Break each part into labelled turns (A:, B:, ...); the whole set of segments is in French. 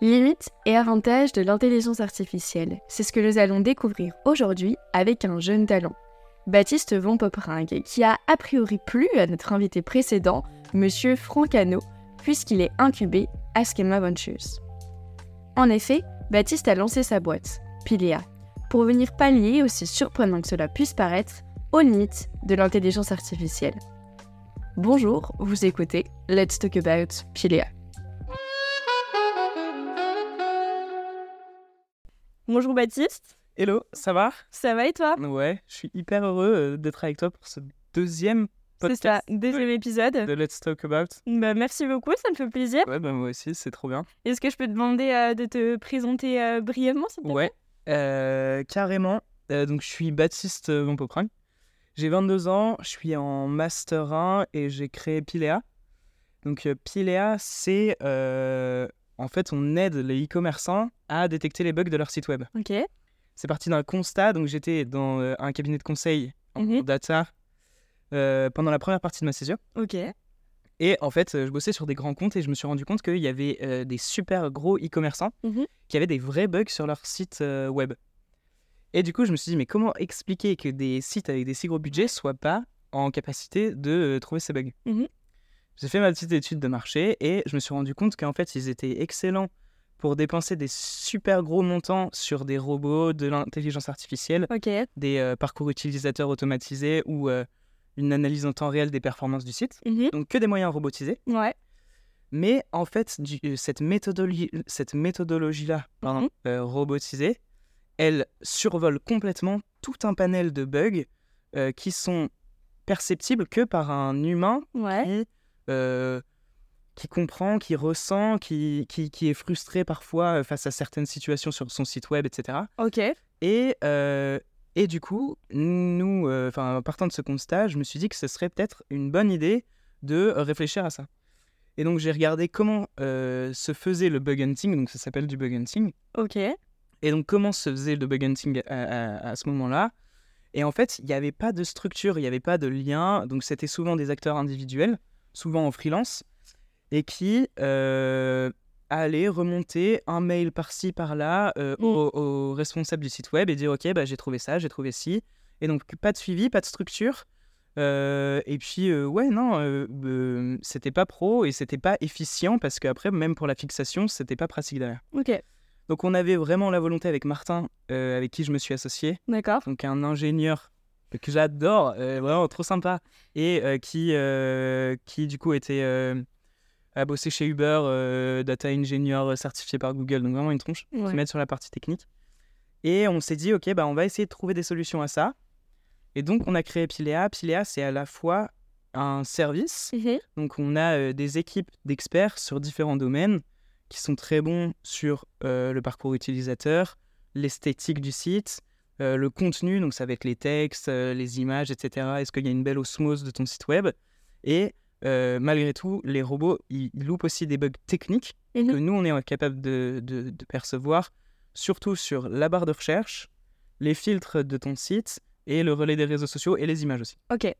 A: Limites et avantages de l'intelligence artificielle, c'est ce que nous allons découvrir aujourd'hui avec un jeune talent. Baptiste Von Poperingue, qui a a priori plu à notre invité précédent, Monsieur Franck Hano, puisqu'il est incubé à Schema Ventures. En effet, Baptiste a lancé sa boîte, Pilea, pour venir pallier, aussi surprenant que cela puisse paraître, aux limites de l'intelligence artificielle. Bonjour, vous écoutez Let's Talk About Pilea.
B: Bonjour Baptiste,
C: Hello, ça va
B: ça va et toi
C: Ouais, je suis hyper heureux euh, d'être avec toi pour ce deuxième
B: C'est
C: podcast
B: ça, deuxième épisode.
C: de Let's Talk About.
B: Bah, merci beaucoup, ça me fait plaisir.
C: Ouais, bah moi aussi, c'est trop bien.
B: Est-ce que je peux te demander euh, de te présenter euh, brièvement s'il te plaît
C: Ouais, euh, carrément. Euh, donc, je suis Baptiste Montpoprang. J'ai 22 ans, je suis en Master 1 et j'ai créé Pilea. E Donc, euh, Pilea, c'est. euh, en fait, on aide les e-commerçants à détecter les bugs de leur site web.
B: Ok,
C: C'est parti d'un constat. Donc, j'étais dans euh, un cabinet de conseil en
B: Mhm.
C: data euh, pendant la première partie de ma saison.
B: ok,
C: Et en fait, euh, je bossais sur des grands comptes et je me suis rendu compte qu'il y avait euh, des super gros e-commerçants
B: Mhm.
C: qui avaient des vrais bugs sur leur site euh, web. Et du coup, je me suis dit, mais comment expliquer que des sites avec des si gros budgets soient pas en capacité de euh, trouver ces bugs
B: Mhm.
C: J'ai fait ma petite étude de marché et je me suis rendu compte qu'en fait, ils étaient excellents pour dépenser des super gros montants sur des robots, de l'intelligence artificielle,
B: ok,
C: des euh, parcours utilisateurs automatisés ou euh, une analyse en temps réel des performances du site.
B: mhm,
C: Donc que des moyens robotisés.
B: ouais,
C: Mais en fait, du- euh, cette, méthodologie, cette méthodologie-là, pardon,
B: Mhm.
C: euh, robotisée, elle survole complètement tout un panel de bugs euh, qui sont perceptibles que par un humain
B: ouais,
C: qui, euh, qui comprend, qui ressent, qui, qui, qui est frustré parfois euh, face à certaines situations sur son site web, etc.
B: ok,
C: Et, euh, et du coup, nous, euh, enfin, en partant de ce constat, je me suis dit que ce serait peut-être une bonne idée de euh, réfléchir à ça. Et donc, j'ai regardé comment euh, se faisait le bug hunting, donc ça s'appelle du bug hunting,
B: ok,
C: et donc comment se faisait le bug hunting à, à- à ce moment-là. Et en fait, il n'y avait pas de structure, il n'y avait pas de lien, donc c'était souvent des acteurs individuels, souvent en freelance, et qui euh, allaient remonter un mail par-ci, par-là euh,
B: Mm.
C: au, au responsable du site web et dire Ok, bah, j'ai trouvé ça, j'ai trouvé ci. Et donc, pas de suivi, pas de structure. Euh, et puis, euh, ouais, non, euh, euh, c'était pas pro et c'était pas efficient parce qu'après, même pour la fixation, c'était pas pratique derrière.
B: ok,
C: Donc on avait vraiment la volonté avec Martin, euh, avec qui je me suis associé,
B: d'accord,
C: donc un ingénieur que j'adore, euh, vraiment trop sympa, et euh, qui, euh, qui du coup était euh, a bossé chez Uber, euh, data engineer certifié par Google, donc vraiment une tronche,
B: Ouais.
C: qui m'aide sur la partie technique. Et on s'est dit, ok, bah, on va essayer de trouver des solutions à ça. Et donc on a créé Pilea. Pilea, c'est à la fois un service
B: mhm,
C: donc on a euh, des équipes d'experts sur différents domaines qui sont très bons sur euh, le parcours utilisateur, l'esthétique du site, euh, le contenu, donc ça va être les textes, euh, les images, etc. Est-ce qu'il y a une belle osmose de ton site web Et euh, malgré tout, les robots, ils ils loupent aussi des bugs techniques
B: Mhm.
C: que nous, on est capable de, de- de percevoir, surtout sur la barre de recherche, les filtres de ton site et le relais des réseaux sociaux et les images aussi.
B: ok,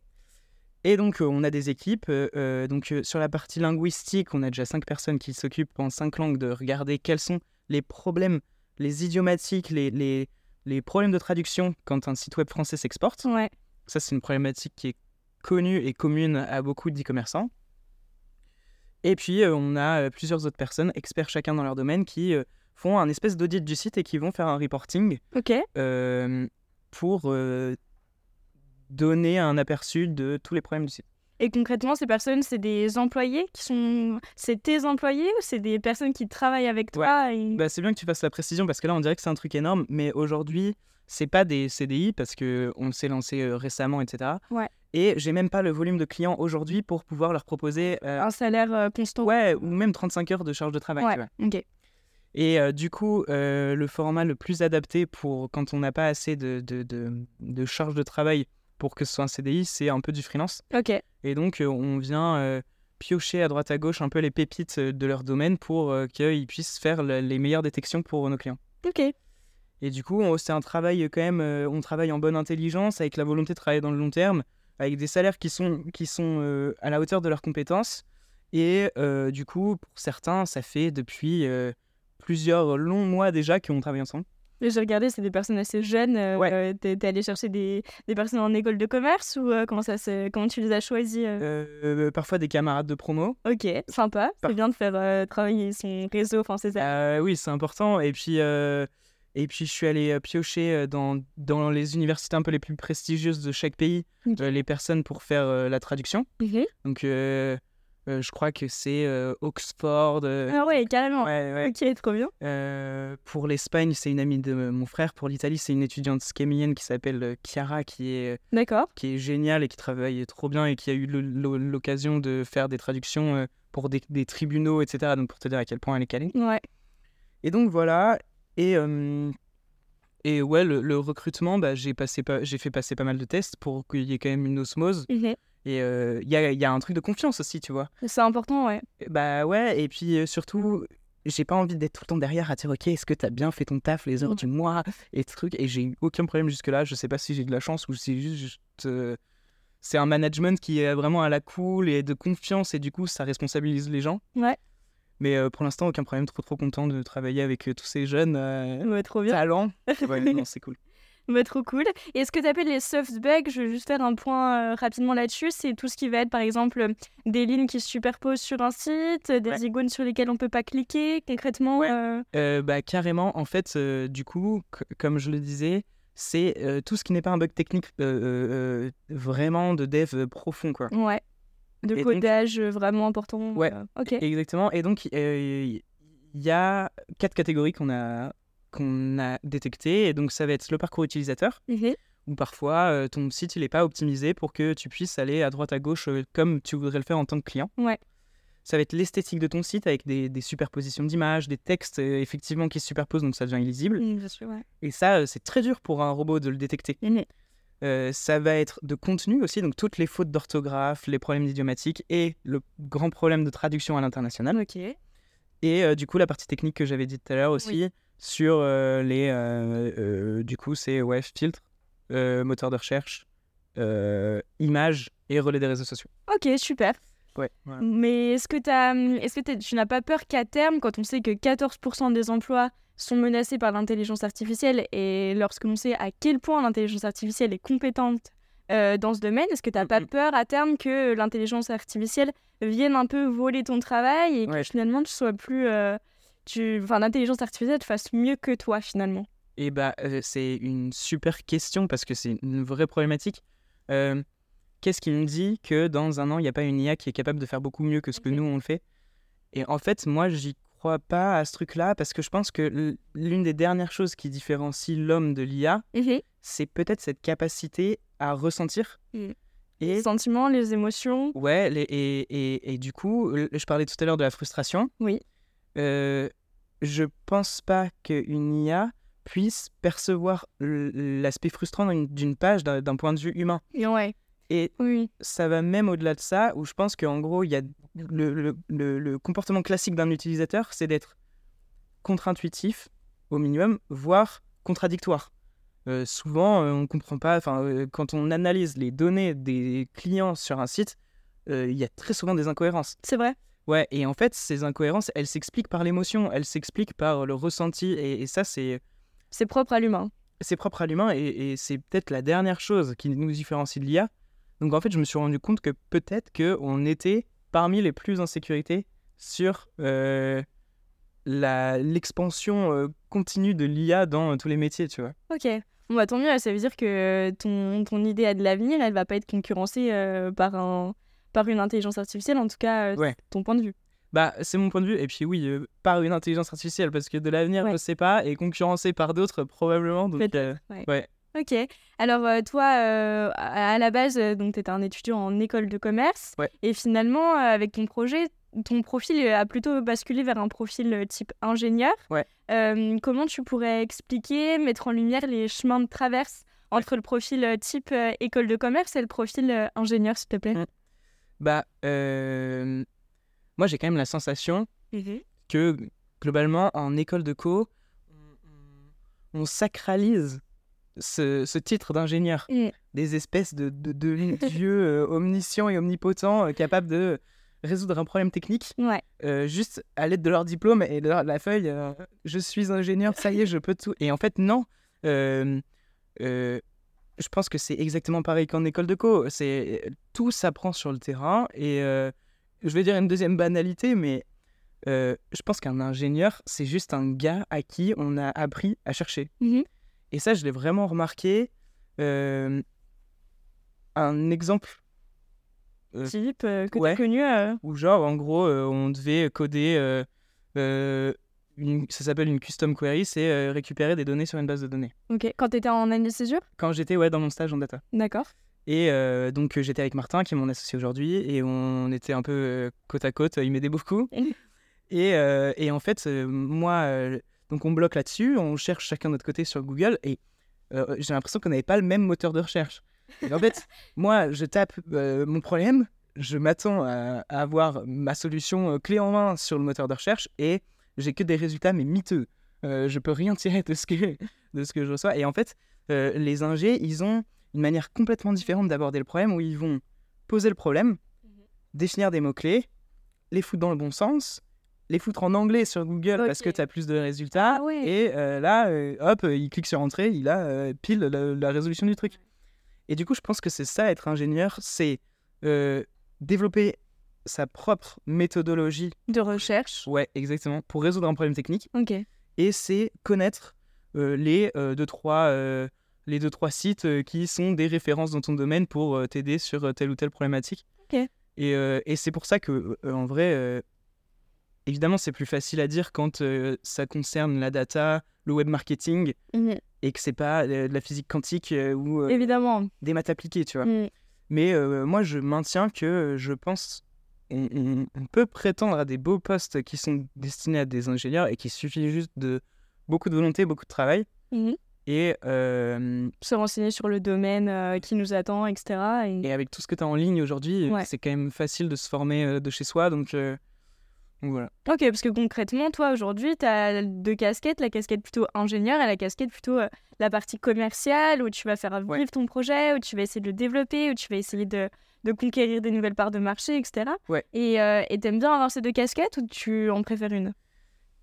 C: Et donc, euh, on a des équipes. euh, euh, donc, euh, sur la partie linguistique, on a déjà cinq personnes qui s'occupent en cinq langues de regarder quels sont les problèmes, les idiomatiques, les, les, les problèmes de traduction quand un site web français s'exporte.
B: ouais,
C: Ça, c'est une problématique qui est connue et commune à beaucoup d'e-commerçants. Et puis, euh, on a euh, plusieurs autres personnes, experts chacun dans leur domaine, qui euh, font un espèce d'audit du site et qui vont faire un reporting
B: ok,
C: euh, pour euh, donner un aperçu de tous les problèmes du site.
B: Et concrètement, ces personnes, c'est des employés qui sont... C'est tes employés ou c'est des personnes qui travaillent avec
C: Ouais.
B: toi et-
C: Bah, c'est bien que tu fasses la précision parce que là on dirait que c'est un truc énorme, mais aujourd'hui c'est pas des CDI parce que on s'est lancé euh, récemment, etc.
B: Ouais.
C: Et j'ai même pas le volume de clients aujourd'hui pour pouvoir leur proposer euh,
B: Un salaire euh, constant
C: ouais ou même 35 heures de charge de travail. tu vois.
B: ok,
C: Et euh, du coup euh, le format le plus adapté pour quand on n'a pas assez de, de, de- de charge de travail pour que ce soit un CDI, c'est un peu du freelance.
B: ok,
C: Et donc euh, on vient euh, piocher à droite à gauche un peu les pépites euh, de leur domaine pour euh, qu'ils puissent faire le- les meilleures détections pour nos clients.
B: ok,
C: Et du coup, on- c'est un travail euh, quand même, euh, on travaille en bonne intelligence, avec la volonté de travailler dans le long terme, avec des salaires qui sont, qui sont euh, à la hauteur de leurs compétences. Et euh, du coup, pour certains, ça fait depuis euh, plusieurs longs mois déjà qu'on travaille ensemble.
B: Mais J'ai regardé, c'est des personnes assez jeunes. euh,
C: Ouais.
B: euh, t'es, t'es allé chercher des, des personnes en école de commerce ou euh, comment, ça se, comment tu les as choisies euh
C: Euh, parfois des camarades de promo.
B: Ok, sympa.
C: Par-
B: C'est bien de faire euh, travailler son réseau. Enfin, c'est ça.
C: Euh, oui, c'est important. Et puis, euh, et puis, je suis allé euh, piocher euh, dans, dans les universités un peu les plus prestigieuses de chaque pays
B: Ok.
C: euh, les personnes pour faire euh, la traduction.
B: Mhm.
C: Donc, euh, euh, je crois que c'est euh, Oxford. euh,
B: Ah ouais, carrément.
C: ouais, ouais.
B: Ok, trop bien.
C: Euh, pour l'Espagne, c'est une amie de mon frère. Pour l'Italie, c'est une étudiante scamilienne qui s'appelle euh, Chiara, qui est,
B: D'accord.
C: qui est géniale et qui travaille trop bien et qui a eu le- le- l'occasion de faire des traductions euh, pour des, des tribunaux, etc. Donc, pour te dire à quel point elle est calée.
B: Ouais.
C: Et donc voilà, et, euh, et ouais, le, le recrutement, bah, j'ai passé pas, j'ai fait passer pas mal de tests pour qu'il y ait quand même une osmose.
B: Mhm.
C: Et euh, il y, a, il y a un truc de confiance aussi, tu vois.
B: C'est important, ouais.
C: Et Bah ouais, et puis euh, surtout, j'ai pas envie d'être tout le temps derrière à dire, ok, est-ce que t'as bien fait ton taf les heures
B: Ouais.
C: du mois et trucs. Et j'ai eu aucun problème jusque-là. Je sais pas si j'ai de la chance ou si juste. euh, c'est un management qui est vraiment à la cool et de confiance, et du coup, ça responsabilise les gens.
B: Ouais.
C: Mais euh, pour l'instant, aucun problème. Trop, trop content de travailler avec euh, tous ces jeunes. euh,
B: Ouais, trop bien.
C: talent. Ouais, non, c'est cool.
B: Bah, trop cool. Et ce que tu appelles les soft bugs, je vais juste faire un point euh, rapidement là-dessus, c'est tout ce qui va être par exemple euh, des lignes qui se superposent sur un site, euh, des
C: Ouais.
B: icônes sur lesquelles on peut pas cliquer concrètement.
C: Ouais.
B: euh,
C: Euh, bah, carrément, en fait, euh, du coup, c- comme je le disais, c'est euh, tout ce qui n'est pas un bug technique euh, euh, euh, vraiment de dev euh, profond, quoi.
B: ouais. De
C: Et donc-
B: codage euh, vraiment important.
C: Ouais.
B: euh, ok.
C: Exactement. Et donc, euh, il y a quatre catégories qu'on a, qu'on a détectées. Et donc, ça va être le parcours utilisateur,
B: Mhm.
C: où parfois, euh, ton site, il n'est pas optimisé pour que tu puisses aller à droite, à gauche, euh, comme tu voudrais le faire en tant que client.
B: Ouais.
C: Ça va être l'esthétique de ton site, avec des, des superpositions d'images, des textes, euh, effectivement, qui se superposent, donc ça devient illisible.
B: Mhm, bien sûr, ouais.
C: Et ça, euh, c'est très dur pour un robot de le détecter.
B: Mhm.
C: Euh, ça va être de contenu aussi, donc toutes les fautes d'orthographe, les problèmes idiomatiques et le grand problème de traduction à l'international.
B: Ok.
C: Et euh, du coup, la partie technique que j'avais dit tout à l'heure aussi sur euh, les. euh, euh, du coup, c'est ouais, filtre, euh, moteur de recherche, euh, images et relais des réseaux sociaux.
B: Ok, super.
C: Ouais. voilà.
B: Mais est-ce que, t'as, mm, est-ce que t'es- tu n'as pas peur qu'à terme, quand on sait que 14% des emplois sont menacés par l'intelligence artificielle et lorsque l'on sait à quel point l'intelligence artificielle est compétente euh, dans ce domaine, est-ce que tu n'as pas
C: Mhm.
B: peur à terme que l'intelligence artificielle vienne un peu voler ton travail et
C: Ouais.
B: que finalement tu sois plus... euh, tu... Enfin, l'intelligence artificielle fasse mieux que toi finalement.
C: Eh bah, euh, c'est une super question parce que c'est une vraie problématique. Euh, Qu'est-ce qui nous dit que dans un an, il n'y a pas une IA qui est capable de faire beaucoup mieux que ce que
B: Ok.
C: nous, on le fait Et en fait, moi, j'y crois pas à ce truc-là parce que je pense que l- l'une des dernières choses qui différencie l'homme de l'IA, c'est peut-être cette capacité à ressentir.
B: Mm.
C: Et,
B: Les sentiments, les émotions.
C: ouais, les- et, et- et du coup, l- je parlais tout à l'heure de la frustration.
B: Oui.
C: Euh, je pense pas qu'une IA puisse percevoir l- l'aspect frustrant d'une- d'une page d'un d'un point de vue humain.
B: Ouais.
C: Et
B: Oui.
C: ça va même au-delà de ça, où je pense qu'en gros, il y a le, le- le- le comportement classique d'un utilisateur, c'est d'être contre-intuitif au minimum, voire contradictoire. Euh, souvent, euh, on ne comprend pas, enfin, euh, quand on analyse les données des clients sur un site, euh, il y a très souvent des incohérences.
B: C'est vrai.
C: Ouais, et en fait, ces incohérences, elles s'expliquent par l'émotion, elles s'expliquent par le ressenti, et, et ça, c'est
B: C'est propre à l'humain.
C: c'est propre à l'humain, et, et c'est peut-être la dernière chose qui nous différencie de l'IA. Donc en fait, je me suis rendu compte que peut-être que on était parmi les plus en sécurité sur euh, la- l'expansion euh, continue de l'IA dans euh, tous les métiers, tu vois.
B: Ok. Bon, bah, tant mieux, ça veut dire que euh, ton, ton idée a de l'avenir, elle va pas être concurrencée euh, par, un, par une intelligence artificielle, en tout cas, euh,
C: Ouais.
B: c'est ton point de vue.
C: Bah, c'est mon point de vue, et puis oui, euh, par une intelligence artificielle, parce que de l'avenir,
B: Ouais.
C: je sais pas, et concurrencé par d'autres, probablement. Donc,
B: Peut-être,
C: euh,
B: ouais.
C: ouais.
B: Ok. Alors, euh, toi, euh, à à la base, euh, donc, tu étais un étudiant en école de commerce,
C: Ouais.
B: et finalement, euh, avec ton projet, ton profil euh, a plutôt basculé vers un profil euh, type ingénieur.
C: Ouais.
B: Euh, comment tu pourrais expliquer, mettre en lumière les chemins de traverse entre le profil euh, type euh, école de commerce et le profil euh, ingénieur, s'il te plaît
C: Mm. Bah, euh, moi, j'ai quand même la sensation
B: Mmh.
C: que globalement, en école de co, on- on sacralise ce, ce titre d'ingénieur.
B: Mm.
C: Des espèces de, de, de dieux euh, omniscients et omnipotents euh, capables de résoudre un problème technique
B: Ouais.
C: euh, juste à l'aide de leur diplôme et de leur- la feuille euh, je suis ingénieur, ça y est, je peux tout. Et en fait, non. Euh, euh, je pense que c'est exactement pareil qu'en école de co. C'est tout s'apprend sur le terrain. Et euh, je vais dire une deuxième banalité, mais euh, je pense qu'un ingénieur, c'est juste un gars à qui on a appris à chercher.
B: Mhm.
C: Et ça, je l'ai vraiment remarqué. Euh, un exemple Euh,
B: Philippe, euh, que
C: ouais.
B: t'as connu. euh,
C: où genre en gros euh, on devait coder euh, euh, une- ça s'appelle une custom query c'est euh, récupérer des données sur une base de données
B: Ok. Quand t'étais en année de césure
C: quand j'étais ouais dans mon stage en data
B: D'accord.
C: et euh, donc euh, j'étais avec Martin qui est mon associé aujourd'hui et on était un peu euh, côte à côte il m'aidait beaucoup et, euh, et en fait euh, moi euh, donc on bloque là-dessus on cherche chacun de notre côté sur Google et euh, j'ai l'impression qu'on n'avait pas le même moteur de recherche et en fait moi je tape euh, mon problème je m'attends à, à avoir ma solution euh, clé en main sur le moteur de recherche et j'ai que des résultats mais miteux. Euh, je peux rien tirer de ce que, de ce que je reçois. Et en fait, euh, les ingés, ils ont une manière complètement différente d'aborder le problème où ils vont poser le problème, définir des mots-clés, les foutre dans le bon sens, les foutre en anglais sur Google parce
B: Ok.
C: que tu as plus de résultats.
B: Ah ouais.
C: Et euh, là, euh, hop, euh, il clique sur entrée, il a euh, pile la, la résolution du truc. Et du coup, je pense que c'est ça, être ingénieur, c'est euh, développer sa propre méthodologie
B: De recherche.
C: Ouais, exactement. Pour résoudre un problème technique.
B: Ok.
C: Et c'est connaître euh, les, euh, deux, trois, euh, les deux, trois sites euh, qui sont des références dans ton domaine pour euh, t'aider sur euh, telle ou telle problématique.
B: Ok.
C: Et, euh, et c'est pour ça que, euh, en vrai, euh, évidemment, c'est plus facile à dire quand euh, ça concerne la data, le web marketing,
B: Mhm.
C: et que c'est pas euh, de la physique quantique euh, ou euh,
B: Évidemment.
C: des maths appliquées, tu vois.
B: Mhm.
C: Mais euh, moi, je maintiens que euh, je pense on, on- on peut prétendre à des beaux postes qui sont destinés à des ingénieurs et qui suffit juste de beaucoup de volonté, beaucoup de travail.
B: Mhm.
C: Et, euh,
B: Se renseigner sur le domaine euh, qui nous attend, etc. Et...
C: et avec tout ce que tu as en ligne aujourd'hui, euh,
B: Ouais.
C: c'est quand même facile de se former euh, de chez soi. Donc, euh, donc voilà.
B: Ok, parce que concrètement, toi, aujourd'hui, tu as deux casquettes, la casquette plutôt ingénieur et la casquette plutôt euh, la partie commerciale, où tu vas faire vivre
C: Ouais.
B: ton projet, où tu vas essayer de le développer, où tu vas essayer de, de conquérir des nouvelles parts de marché, etc.
C: Ouais.
B: Et euh, et t'aimes bien avoir ces deux casquettes ou tu en préfères une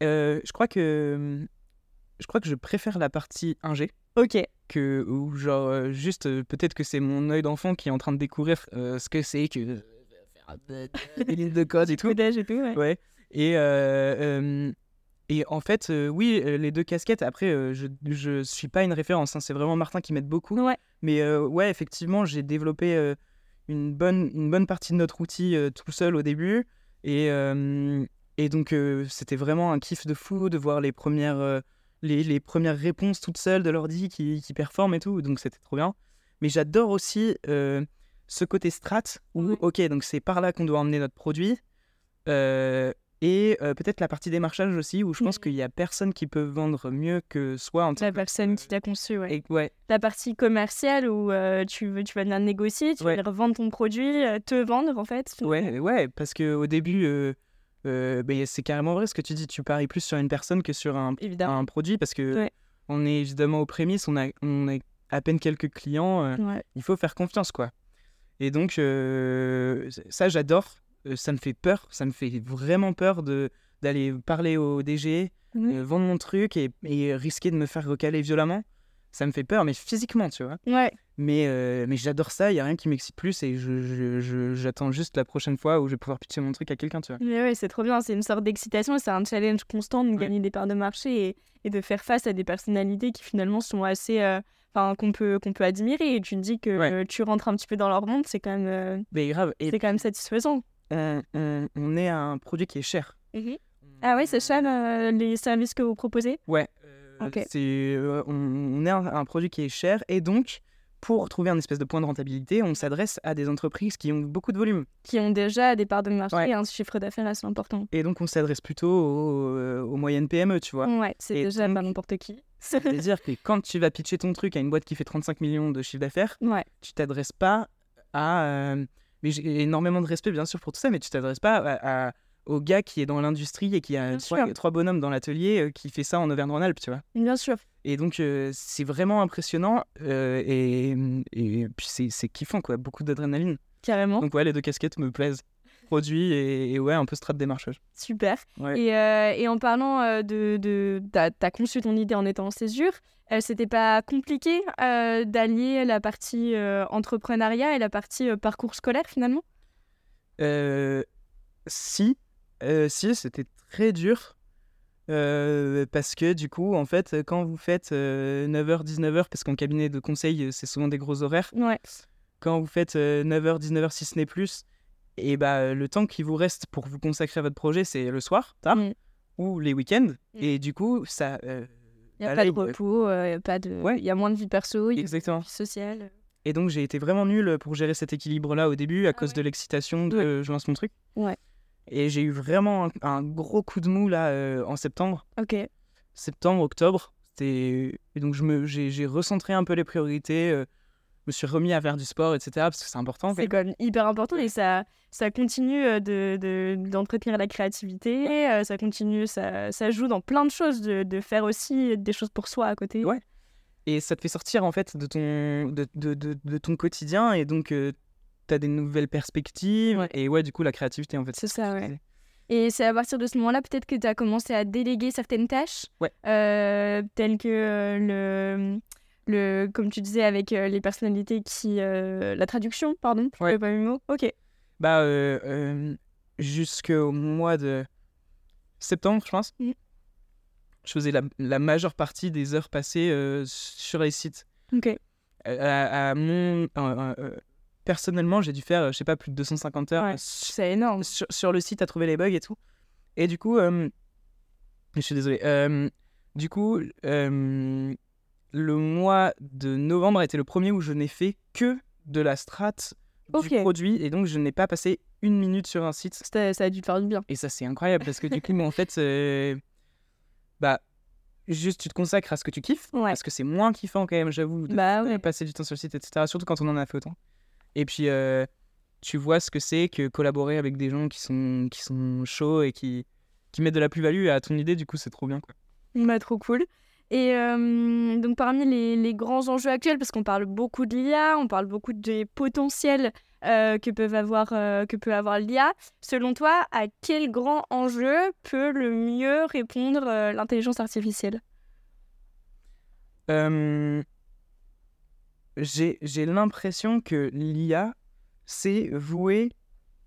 C: Euh, je crois que je crois que je préfère la partie ingé
B: Ok,
C: que ou genre euh, juste euh, peut-être que c'est mon œil d'enfant qui est en train de découvrir euh, ce que c'est que euh, faire des- des lignes de code et tout.
B: codage et tout, ouais.
C: Ouais. Et, euh, euh, et en fait, euh, oui, euh, les deux casquettes, après, euh, je je suis pas une référence, hein, c'est vraiment Martin qui m'aide beaucoup.
B: Ouais.
C: Mais euh, ouais, effectivement, j'ai développé euh, une, bonne, une bonne partie de notre outil euh, tout seul au début. Et, euh, et donc, euh, c'était vraiment un kiff de fou de voir les premières, euh, les, les premières réponses toutes seules de l'ordi qui, qui performe et tout. Donc, c'était trop bien. Mais j'adore aussi euh, ce côté strat où,
B: Ouais.
C: ok, donc c'est par là qu'on doit emmener notre produit. Euh, et euh, peut-être la partie démarchage aussi, où je pense
B: Mhm.
C: qu'il n'y a personne qui peut vendre mieux que soi en tant
B: La
C: que-
B: personne qui t'a conçu, Bah, ouais.
C: Et- ouais,
B: La partie commerciale où euh, tu, veux, tu vas venir négocier, tu
C: Ouais.
B: vas revendre ton produit, euh, te vendre en fait.
C: ouais, ouais, parce qu'au début, euh, euh, ben, c'est carrément vrai ce que tu dis, tu paries plus sur une personne que sur un,
B: Évidemment.
C: un produit, parce que
B: Ouais.
C: on est évidemment aux prémices, on a, on a à peine quelques clients, euh,
B: Ouais.
C: il faut faire confiance, quoi. Et donc, euh, ça, j'adore, Euh, ça me fait peur, ça me fait vraiment peur de d'aller parler au DG,
B: Mhm.
C: euh, vendre mon truc et, et risquer de me faire recaler violemment, ça me fait peur, mais physiquement, tu vois.
B: Ouais.
C: Mais, euh, mais j'adore ça, il n'y a rien qui m'excite plus et je- je- je- j'attends juste la prochaine fois où je vais pouvoir pitcher mon truc à quelqu'un, tu vois.
B: Mais ouais, c'est trop bien, c'est une sorte d'excitation, et c'est un challenge constant de
C: Ouais.
B: gagner des parts de marché et, et de faire face à des personnalités qui finalement sont assez, euh, enfin qu'on peut qu'on peut admirer. Et tu te dis que
C: Ouais.
B: euh, tu rentres un petit peu dans leur monde, c'est quand même euh,
C: Mais grave, et
B: c'est quand même satisfaisant.
C: on, on- on est à un produit qui est cher.
B: Ah ouais, c'est ça le- les services que vous proposez.
C: Ouais.
B: Ok.
C: C'est, euh, on, on est un, un produit qui est cher et donc, pour trouver un espèce de point de rentabilité, on s'adresse à des entreprises qui ont beaucoup de volume.
B: Qui ont déjà des parts de marché
C: Ouais.
B: et un chiffre d'affaires assez important.
C: Et donc, on s'adresse plutôt aux, euh, aux moyennes PME, tu vois.
B: Ouais, c'est
C: Et
B: déjà
C: donc-
B: pas n'importe qui.
C: C'est-à-dire que quand tu vas pitcher ton truc à une boîte qui fait 35 millions de chiffre d'affaires,
B: ouais,
C: tu t'adresses pas à. euh, mais j'ai énormément de respect, bien sûr, pour tout ça, mais tu t'adresses pas à, à- au gars qui est dans l'industrie et qui a
B: Bien
C: trois,
B: sûr.
C: trois bonhommes dans l'atelier euh, qui fait ça en Auvergne-Rhône-Alpes, tu vois.
B: bien sûr.
C: Et donc, euh, c'est vraiment impressionnant euh, et, et puis c'est c'est kiffant, quoi. Beaucoup d'adrénaline.
B: Carrément.
C: Donc, ouais, les deux casquettes me plaisent. produit et, et ouais, un peu strat démarchage.
B: Super.
C: Ouais.
B: Et, euh, et en parlant euh, de, de t'as, t'as conçu ton idée en étant en césure, euh, c'était pas compliqué euh, d'allier la partie euh, entrepreneuriat et la partie euh, parcours scolaire finalement
C: Euh, si, euh, si, c'était très dur. Euh, parce que du coup, en fait, quand vous faites euh, 9h, 19h, parce qu'en cabinet de conseil, euh, c'est souvent des gros horaires,
B: Ouais.
C: quand vous faites euh, 9h, 19h, si ce n'est plus, et bah, le temps qui vous reste pour vous consacrer à votre projet, c'est le soir, tard,
B: Mm.
C: ou les week-ends.
B: Mm.
C: Et du coup, ça. euh,
B: Il n'y a
C: bah
B: pas
C: là,
B: de repos, euh, il y a pas de...
C: Ouais.
B: y a moins de vie perso, il y a
C: Exactement.
B: moins de vie sociale.
C: Et donc j'ai été vraiment nul pour gérer cet équilibre-là au début à
B: Ah
C: cause
B: ouais.
C: de l'excitation de je lance mon truc.
B: Ouais.
C: Et j'ai eu vraiment un, un gros coup de mou là euh, en septembre,
B: Ok.
C: septembre, octobre. C'était- Et donc je me- j'ai j'ai recentré un peu les priorités, euh, je me suis remis à faire du sport, etc. Parce que c'est important.
B: C'est quand même hyper important et ça, ça continue euh, de, de- d'entretenir la créativité, euh, ça continue, ça, ça joue dans plein de choses, de, de faire aussi des choses pour soi à côté.
C: Ouais. Et ça te fait sortir en fait de ton, de, de- de- de ton quotidien et donc euh, t'as des nouvelles perspectives.
B: Ouais.
C: Et ouais, du coup la créativité en fait.
B: C'est
C: ce que
B: ça,
C: je
B: ouais.
C: disais.
B: Et c'est à partir de ce moment-là, peut-être que tu as commencé à déléguer certaines tâches,
C: Ouais.
B: euh, telles que euh, le, le, comme tu disais, avec euh, les personnalités qui, euh, la traduction, pardon, je
C: Ouais.
B: trouvais pas mes mots. Ok.
C: Bah, euh, euh, jusqu'au mois de septembre, je pense,
B: Mhm.
C: je faisais la, la majeure partie des heures passées euh, sur les sites.
B: Ok.
C: Euh, à, à mon, euh, euh, euh, personnellement, j'ai dû faire, euh, je sais pas, plus de 250 heures
B: Ouais,
C: sur,
B: C'est énorme.
C: sur- sur le site à trouver les bugs et tout. Et du coup, euh, je suis désolé. euh, du coup, euh, le mois de novembre a été le premier où je n'ai fait que de la strat
B: Ok.
C: du produit et donc je n'ai pas passé une minute sur un site.
B: C'était- Ça a dû te faire du bien.
C: Et ça, c'est incroyable parce que du coup, en fait, euh, bah, juste tu te consacres à ce que tu kiffes.
B: Ouais.
C: Parce que c'est moins kiffant quand même, j'avoue, de
B: Bah ouais.
C: Ah passer du temps sur le site, etc. Surtout quand on en a fait autant. Et puis, euh, tu vois ce que c'est que collaborer avec des gens qui sont, qui sont chauds et qui, qui mettent de la plus-value à ton idée. Du coup, c'est trop bien. Quoi.
B: Bah, trop cool. Et euh, donc, parmi les, les grands enjeux actuels, parce qu'on parle beaucoup de l'IA, on parle beaucoup des potentiels euh, que, peuvent avoir, euh, que peut avoir l'IA, selon toi, à quel grand enjeu peut le mieux répondre euh, l'intelligence artificielle
C: Euh, j'ai j'ai l'impression que l'IA, c'est voué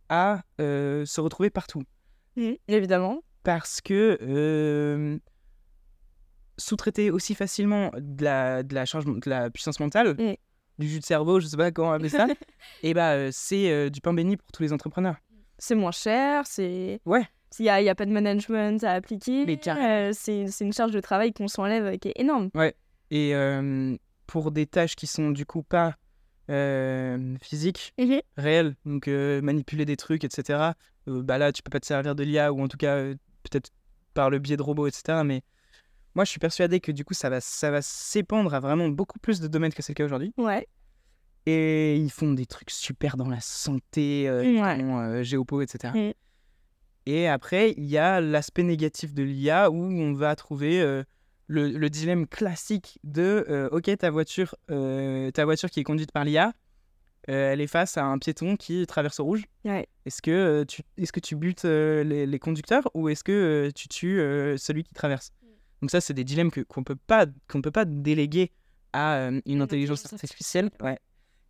C: à euh, se retrouver partout.
B: Mmh, Évidemment.
C: parce que euh, sous-traiter aussi facilement de la, de la charge, de la puissance mentale,
B: Mm.
C: du jus de cerveau, je sais pas comment appeler ça, et bah euh, c'est euh, du pain béni pour tous les entrepreneurs.
B: C'est moins cher, c'est.
C: Ouais.
B: Il n'y a, y a pas de management à appliquer.
C: Mais tiens.
B: euh, c'est c'est une charge de travail qu'on s'enlève euh, qui est énorme.
C: Et euh, pour des tâches qui sont du coup pas euh, physiques,
B: Mmh
C: réelles, donc euh, manipuler des trucs, etc. euh, bah là, tu peux pas te servir de l'IA ou en tout cas euh, peut-être par le biais de robots, etc. Mais moi, je suis persuadé que du coup, ça va, ça va s'épandre à vraiment beaucoup plus de domaines que c'est le cas aujourd'hui.
B: Ouais.
C: Et ils font des trucs super dans la santé, euh, ils
B: Ouais.
C: font, euh, Géopo, etc.
B: Mm.
C: Et après, il y a l'aspect négatif de l'IA où on va trouver euh, le, le dilemme classique de euh, OK, ta voiture, euh, ta voiture qui est conduite par l'IA, euh, elle est face à un piéton qui traverse au rouge.
B: Ouais.
C: Est-ce que, euh, tu, est que tu butes euh, les, les conducteurs ou est-ce que euh, tu tues euh, celui qui traverse
B: Mm.
C: Donc ça, c'est des dilemmes que- qu'on peut pas qu'on peut pas déléguer à euh, une intelligence
B: intelligence
C: artificielle. Ouais.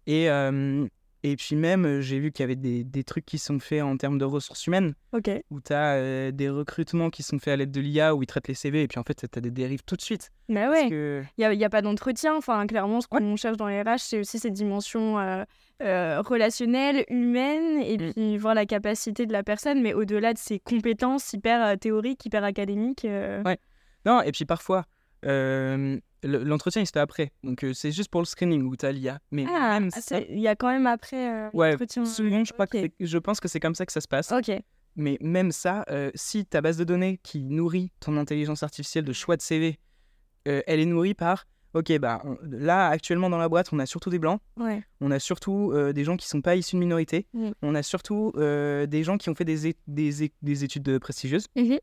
C: Et, euh, et puis même, euh, j'ai vu qu'il y avait des, des trucs qui sont faits en termes de ressources humaines,
B: Ok.
C: où tu as des recrutements qui sont faits à l'aide de l'IA, où ils traitent les CV, et puis en fait, tu as des dérives tout de suite.
B: Mais
C: Parce
B: Bah Ah ouais.
C: que-
B: Il n'y a, pas d'entretien. Enfin, clairement, ce qu'on cherche dans les RH, c'est aussi cette dimension euh, euh, relationnelle, humaine, et
C: Mm.
B: puis voir la capacité de la personne, mais au-delà de ses compétences hyper euh, théoriques, hyper académiques. euh,
C: Ouais. Non, et puis parfois, euh, le- l'entretien, il se fait après. Donc euh, c'est juste pour le screening où tu as l'IA. Mais
B: Ah,
C: même
B: c'est-
C: ça,
B: il y a quand même après euh,
C: Ouais,
B: l'entretien.
C: souvent, je, crois que
B: ok.
C: c'est- je pense que c'est comme ça que ça se passe.
B: Ok,
C: Mais même ça, euh, si ta base de données qui nourrit ton intelligence artificielle de choix de CV, euh, elle est nourrie par, ok, bah on- là actuellement dans la boîte, on a surtout des blancs,
B: ouais.
C: on a surtout euh, des gens qui sont pas issus de minorités,
B: Mm.
C: on a surtout euh, des gens qui ont fait des, é- des, é- des études euh, prestigieuses.
B: Mhm.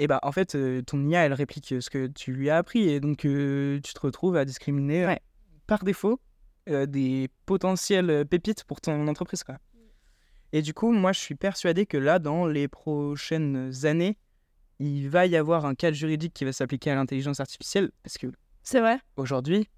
C: Et bah en fait, euh, ton IA, elle réplique euh, ce que tu lui as appris et donc euh, tu te retrouves à discriminer euh,
B: Ouais.
C: par défaut euh, des potentielles euh, pépites pour ton entreprise. Quoi. Et du coup, moi, je suis persuadé que là, dans les prochaines années, il va y avoir un cadre juridique qui va s'appliquer à l'intelligence artificielle, parce que
B: C'est vrai.
C: aujourd'hui,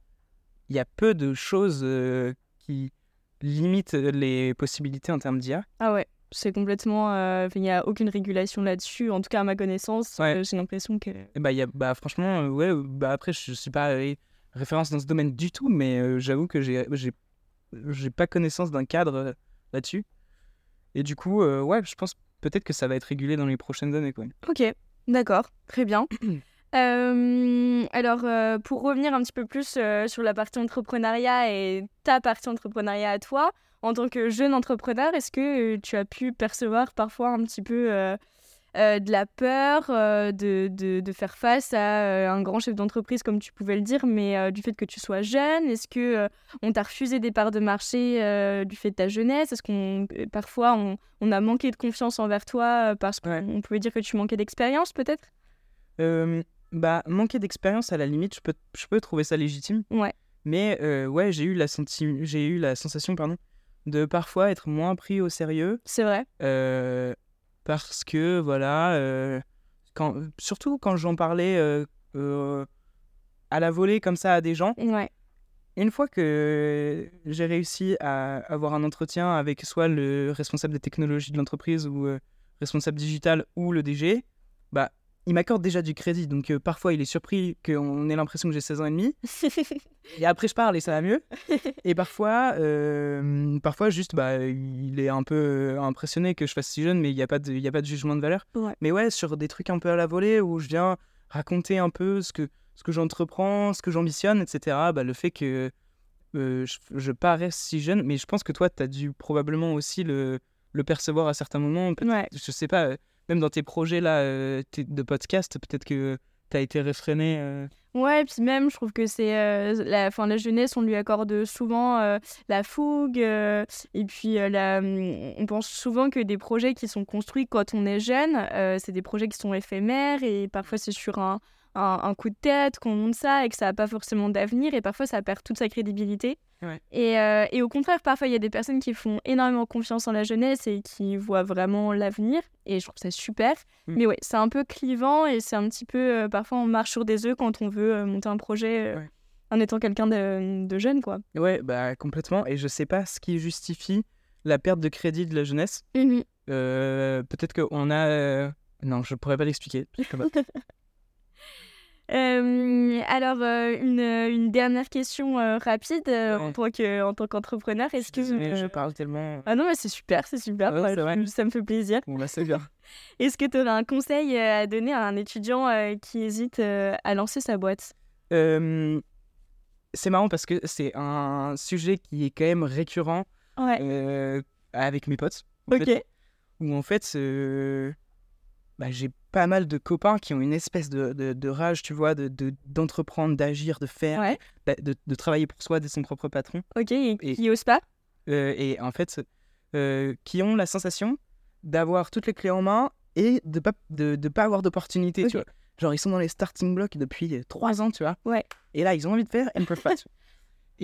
C: il y a peu de choses euh, qui limitent euh, les possibilités en termes d'IA.
B: Ah ouais. C'est complètement. euh, Il n'y a aucune régulation là-dessus. En tout cas, à ma connaissance,
C: Ouais.
B: euh, j'ai l'impression que.
C: Et bah, il y a, bah, franchement, euh, ouais, euh, bah, après, je suis pas euh, référence dans ce domaine du tout, mais euh, j'avoue que j'ai j'ai- j'ai pas connaissance d'un cadre euh, là-dessus. Et du coup, euh, ouais, je pense peut-être que ça va être régulé dans les prochaines années. Quoi.
B: Ok, d'accord, très bien. Euh, alors, euh, pour revenir un petit peu plus euh, sur la partie entrepreneuriat et ta partie entrepreneuriat à toi, en tant que jeune entrepreneur, est-ce que euh, tu as pu percevoir parfois un petit peu euh, euh, de la peur euh, de, de- de faire face à euh, un grand chef d'entreprise, comme tu pouvais le dire, mais euh, du fait que tu sois jeune, est-ce que euh, on t'a refusé des parts de marché euh, du fait de ta jeunesse Est-ce qu'on euh, parfois on, on a manqué de confiance envers toi euh, parce qu'on
C: Ouais.
B: pouvait dire que tu manquais d'expérience peut-être
C: Euh, bah, manquer d'expérience, à la limite, je peux, je peux trouver ça légitime.
B: Ouais.
C: Mais euh, ouais, j'ai eu, la senti- j'ai eu la sensation pardon, de parfois être moins pris au sérieux
B: C'est vrai.
C: euh, parce que, voilà, euh, quand, surtout quand j'en parlais euh, euh, à la volée comme ça à des gens,
B: Ouais.
C: une fois que j'ai réussi à avoir un entretien avec soit le responsable des technologies de l'entreprise ou euh, responsable digital ou le DG, bah, il m'accorde déjà du crédit. Donc euh, parfois, il est surpris qu'on ait l'impression que j'ai 16 ans et demi. Et après, je parle et ça va mieux. Et parfois, euh, parfois juste, bah, il est un peu euh, impressionné que je fasse si jeune, mais il n'y a, pas de- il y a pas de jugement de valeur.
B: Ouais.
C: Mais ouais, sur des trucs un peu à la volée où je viens raconter un peu ce que, ce que j'entreprends, ce que j'ambitionne, etc. Bah, le fait que euh, je, je paraisse si jeune, mais je pense que toi, tu as dû probablement aussi le, le percevoir à certains moments. Peut-
B: ouais.
C: Je sais pas, euh, même dans tes projets là, euh, tes- de podcast, peut-être que tu as été réfréné. euh,
B: Ouais, puis même, je trouve que c'est. euh, la, fin, la jeunesse, on lui accorde souvent euh, la fougue. euh, et puis, euh, la, hum, on pense souvent que des projets qui sont construits quand on est jeune, euh, c'est des projets qui sont éphémères. Et parfois, c'est sur un, un, un coup de tête qu'on monte ça et que ça n'a pas forcément d'avenir. Et parfois, ça perd toute sa crédibilité.
C: Ouais.
B: Et, euh, et au contraire, parfois, il y a des personnes qui font énormément confiance en la jeunesse et qui voient vraiment l'avenir. Et je trouve ça super.
C: Mm.
B: Mais ouais, c'est un peu clivant et c'est un petit peu. euh, parfois, on marche sur des œufs quand on veut euh, monter un projet euh,
C: Ouais.
B: en étant quelqu'un de, de jeune, quoi.
C: Ouais, bah complètement. Et je sais pas ce qui justifie la perte de crédit de la jeunesse. Euh, peut-être qu'on a. euh, Non, je pourrais pas l'expliquer. Je sais pas.
B: Euh, alors, euh, une, une dernière question euh, rapide euh, en
C: Ouais.
B: tant que- en tant qu'entrepreneur.
C: Je
B: Est-ce
C: suis
B: que.
C: désolé,
B: euh,
C: je parle tellement.
B: Ah non, mais c'est super, c'est super.
C: Ouais,
B: Enfin,
C: c'est vrai.
B: Ça me fait plaisir.
C: Bon, bah c'est bien.
B: Est-ce que tu aurais un conseil euh, à donner à un étudiant euh, qui hésite euh, à lancer sa boîte
C: Euh, c'est marrant parce que c'est un sujet qui est quand même récurrent
B: Ouais.
C: euh, avec mes potes. en
B: Ok.
C: fait, où en fait, euh, bah, j'ai pas mal de copains qui ont une espèce de, de- de rage, tu vois, de, de- d'entreprendre, d'agir, de faire,
B: Ouais.
C: d'a- de, de travailler pour soi, de son propre patron.
B: Ok. Et
C: Et-
B: qui ose pas
C: euh, et en fait euh, qui ont la sensation d'avoir toutes les clés en main et de pas de, de pas avoir d'opportunité tu
B: Ok.
C: vois genre ils sont dans les starting blocks depuis euh, trois ans tu vois
B: Ouais.
C: et là ils ont envie de faire et ils peuvent pas tu vois.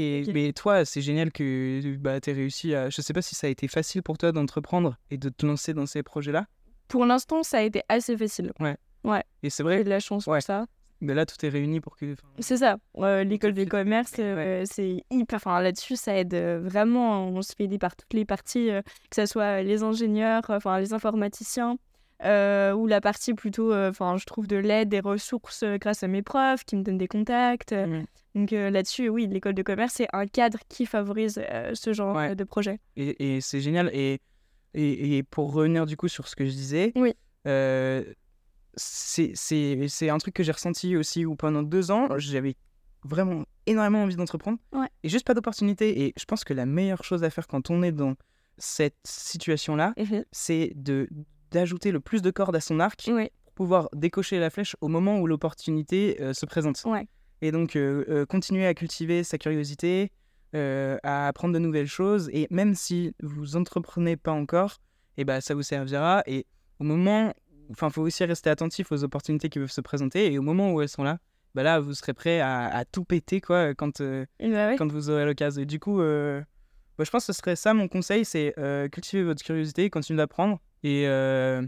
C: et
B: Ok.
C: mais toi c'est génial que bah t'aies réussi à je sais pas si ça a été facile pour toi d'entreprendre et de te lancer dans ces projets là
B: Pour l'instant, ça a été assez facile.
C: et
B: J'ai
C: c'est vrai
B: de la chance
C: Ouais.
B: pour ça.
C: mais là tout est réuni pour que enfin,
B: C'est ça. euh, L'école de
C: Ouais.
B: commerce, euh, c'est hyper. Enfin, là-dessus, ça aide euh, vraiment. On se fait aider par toutes les parties, euh, que ce soit euh, les ingénieurs, euh, enfin les informaticiens, euh, ou la partie plutôt, euh, enfin, je trouve de l'aide, des ressources euh, grâce à mes profs qui me donnent des contacts. euh.
C: Mm.
B: Donc euh, là-dessus, oui, l'école de commerce, c'est un cadre qui favorise euh, ce genre
C: Ouais.
B: euh, de projet.
C: Et, et c'est génial. Et, et, et pour revenir du coup sur ce que je disais,
B: Oui.
C: euh, c'est- c'est c'est un truc que j'ai ressenti aussi où pendant deux ans, j'avais vraiment énormément envie d'entreprendre
B: Ouais.
C: et juste pas d'opportunité. Et je pense que la meilleure chose à faire quand on est dans cette situation-là, c'est de d'ajouter le plus de cordes à son arc
B: Oui.
C: pour pouvoir décocher la flèche au moment où l'opportunité euh, se présente.
B: Ouais.
C: Et donc, euh, euh, continuer à cultiver sa curiosité, euh, à apprendre de nouvelles choses. Et même si vous entreprenez pas encore, et ben ça vous servira. Et au moment, enfin, faut aussi rester attentif aux opportunités qui peuvent se présenter. Et au moment où elles sont là, bah là, vous serez prêt à, à tout péter, quoi, quand, euh,
B: Et bah ouais.
C: quand vous aurez l'occasion. Et du coup, euh, Bah, je pense que ce serait ça mon conseil, c'est euh, cultiver votre curiosité, continuer d'apprendre et, euh,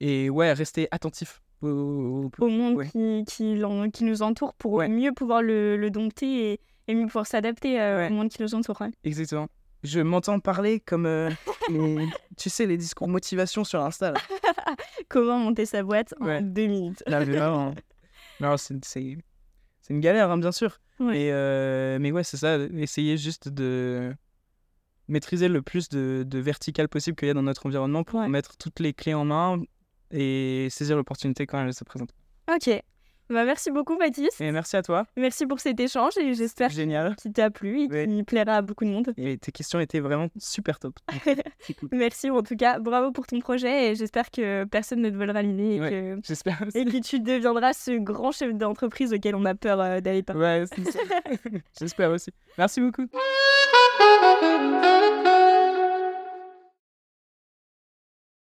C: et ouais, rester attentif au, au- au-
B: au monde
C: ouais.
B: qui, qui, l'en- qui nous entoure pour
C: Ouais.
B: mieux pouvoir le, le dompter et, et mieux pouvoir s'adapter euh,
C: Ouais.
B: au monde qui nous entoure. ouais.
C: Exactement. Je m'entends parler comme, euh, les- tu sais, les discours motivation sur Insta. là.
B: Comment monter sa boîte en
C: Ouais.
B: deux minutes
C: Non, mais vraiment. Non, c'est c'est- c'est une galère, hein, bien sûr.
B: Ouais.
C: Mais, euh, mais ouais, c'est ça. Essayer juste de maîtriser le plus de, de verticales possible qu'il y a dans notre environnement pour
B: Ouais.
C: mettre toutes les clés en main et saisir l'opportunité quand elle se présente.
B: Ok. Bah, merci beaucoup, Baptiste.
C: Et merci à toi.
B: Merci pour cet échange et j'espère
C: Génial.
B: qu'il t'a plu et
C: Ouais.
B: qu'il plaira à beaucoup de monde.
C: Et tes questions étaient vraiment super top. C'est cool.
B: Merci en tout cas. Bravo pour ton projet et j'espère que personne ne te volera l'idée et,
C: Ouais.
B: que,
C: J'espère.
B: et que tu deviendras ce grand chef d'entreprise auquel on a peur euh, d'aller parler.
C: Ouais, c'est ça. J'espère aussi. Merci beaucoup.
D: Thank you.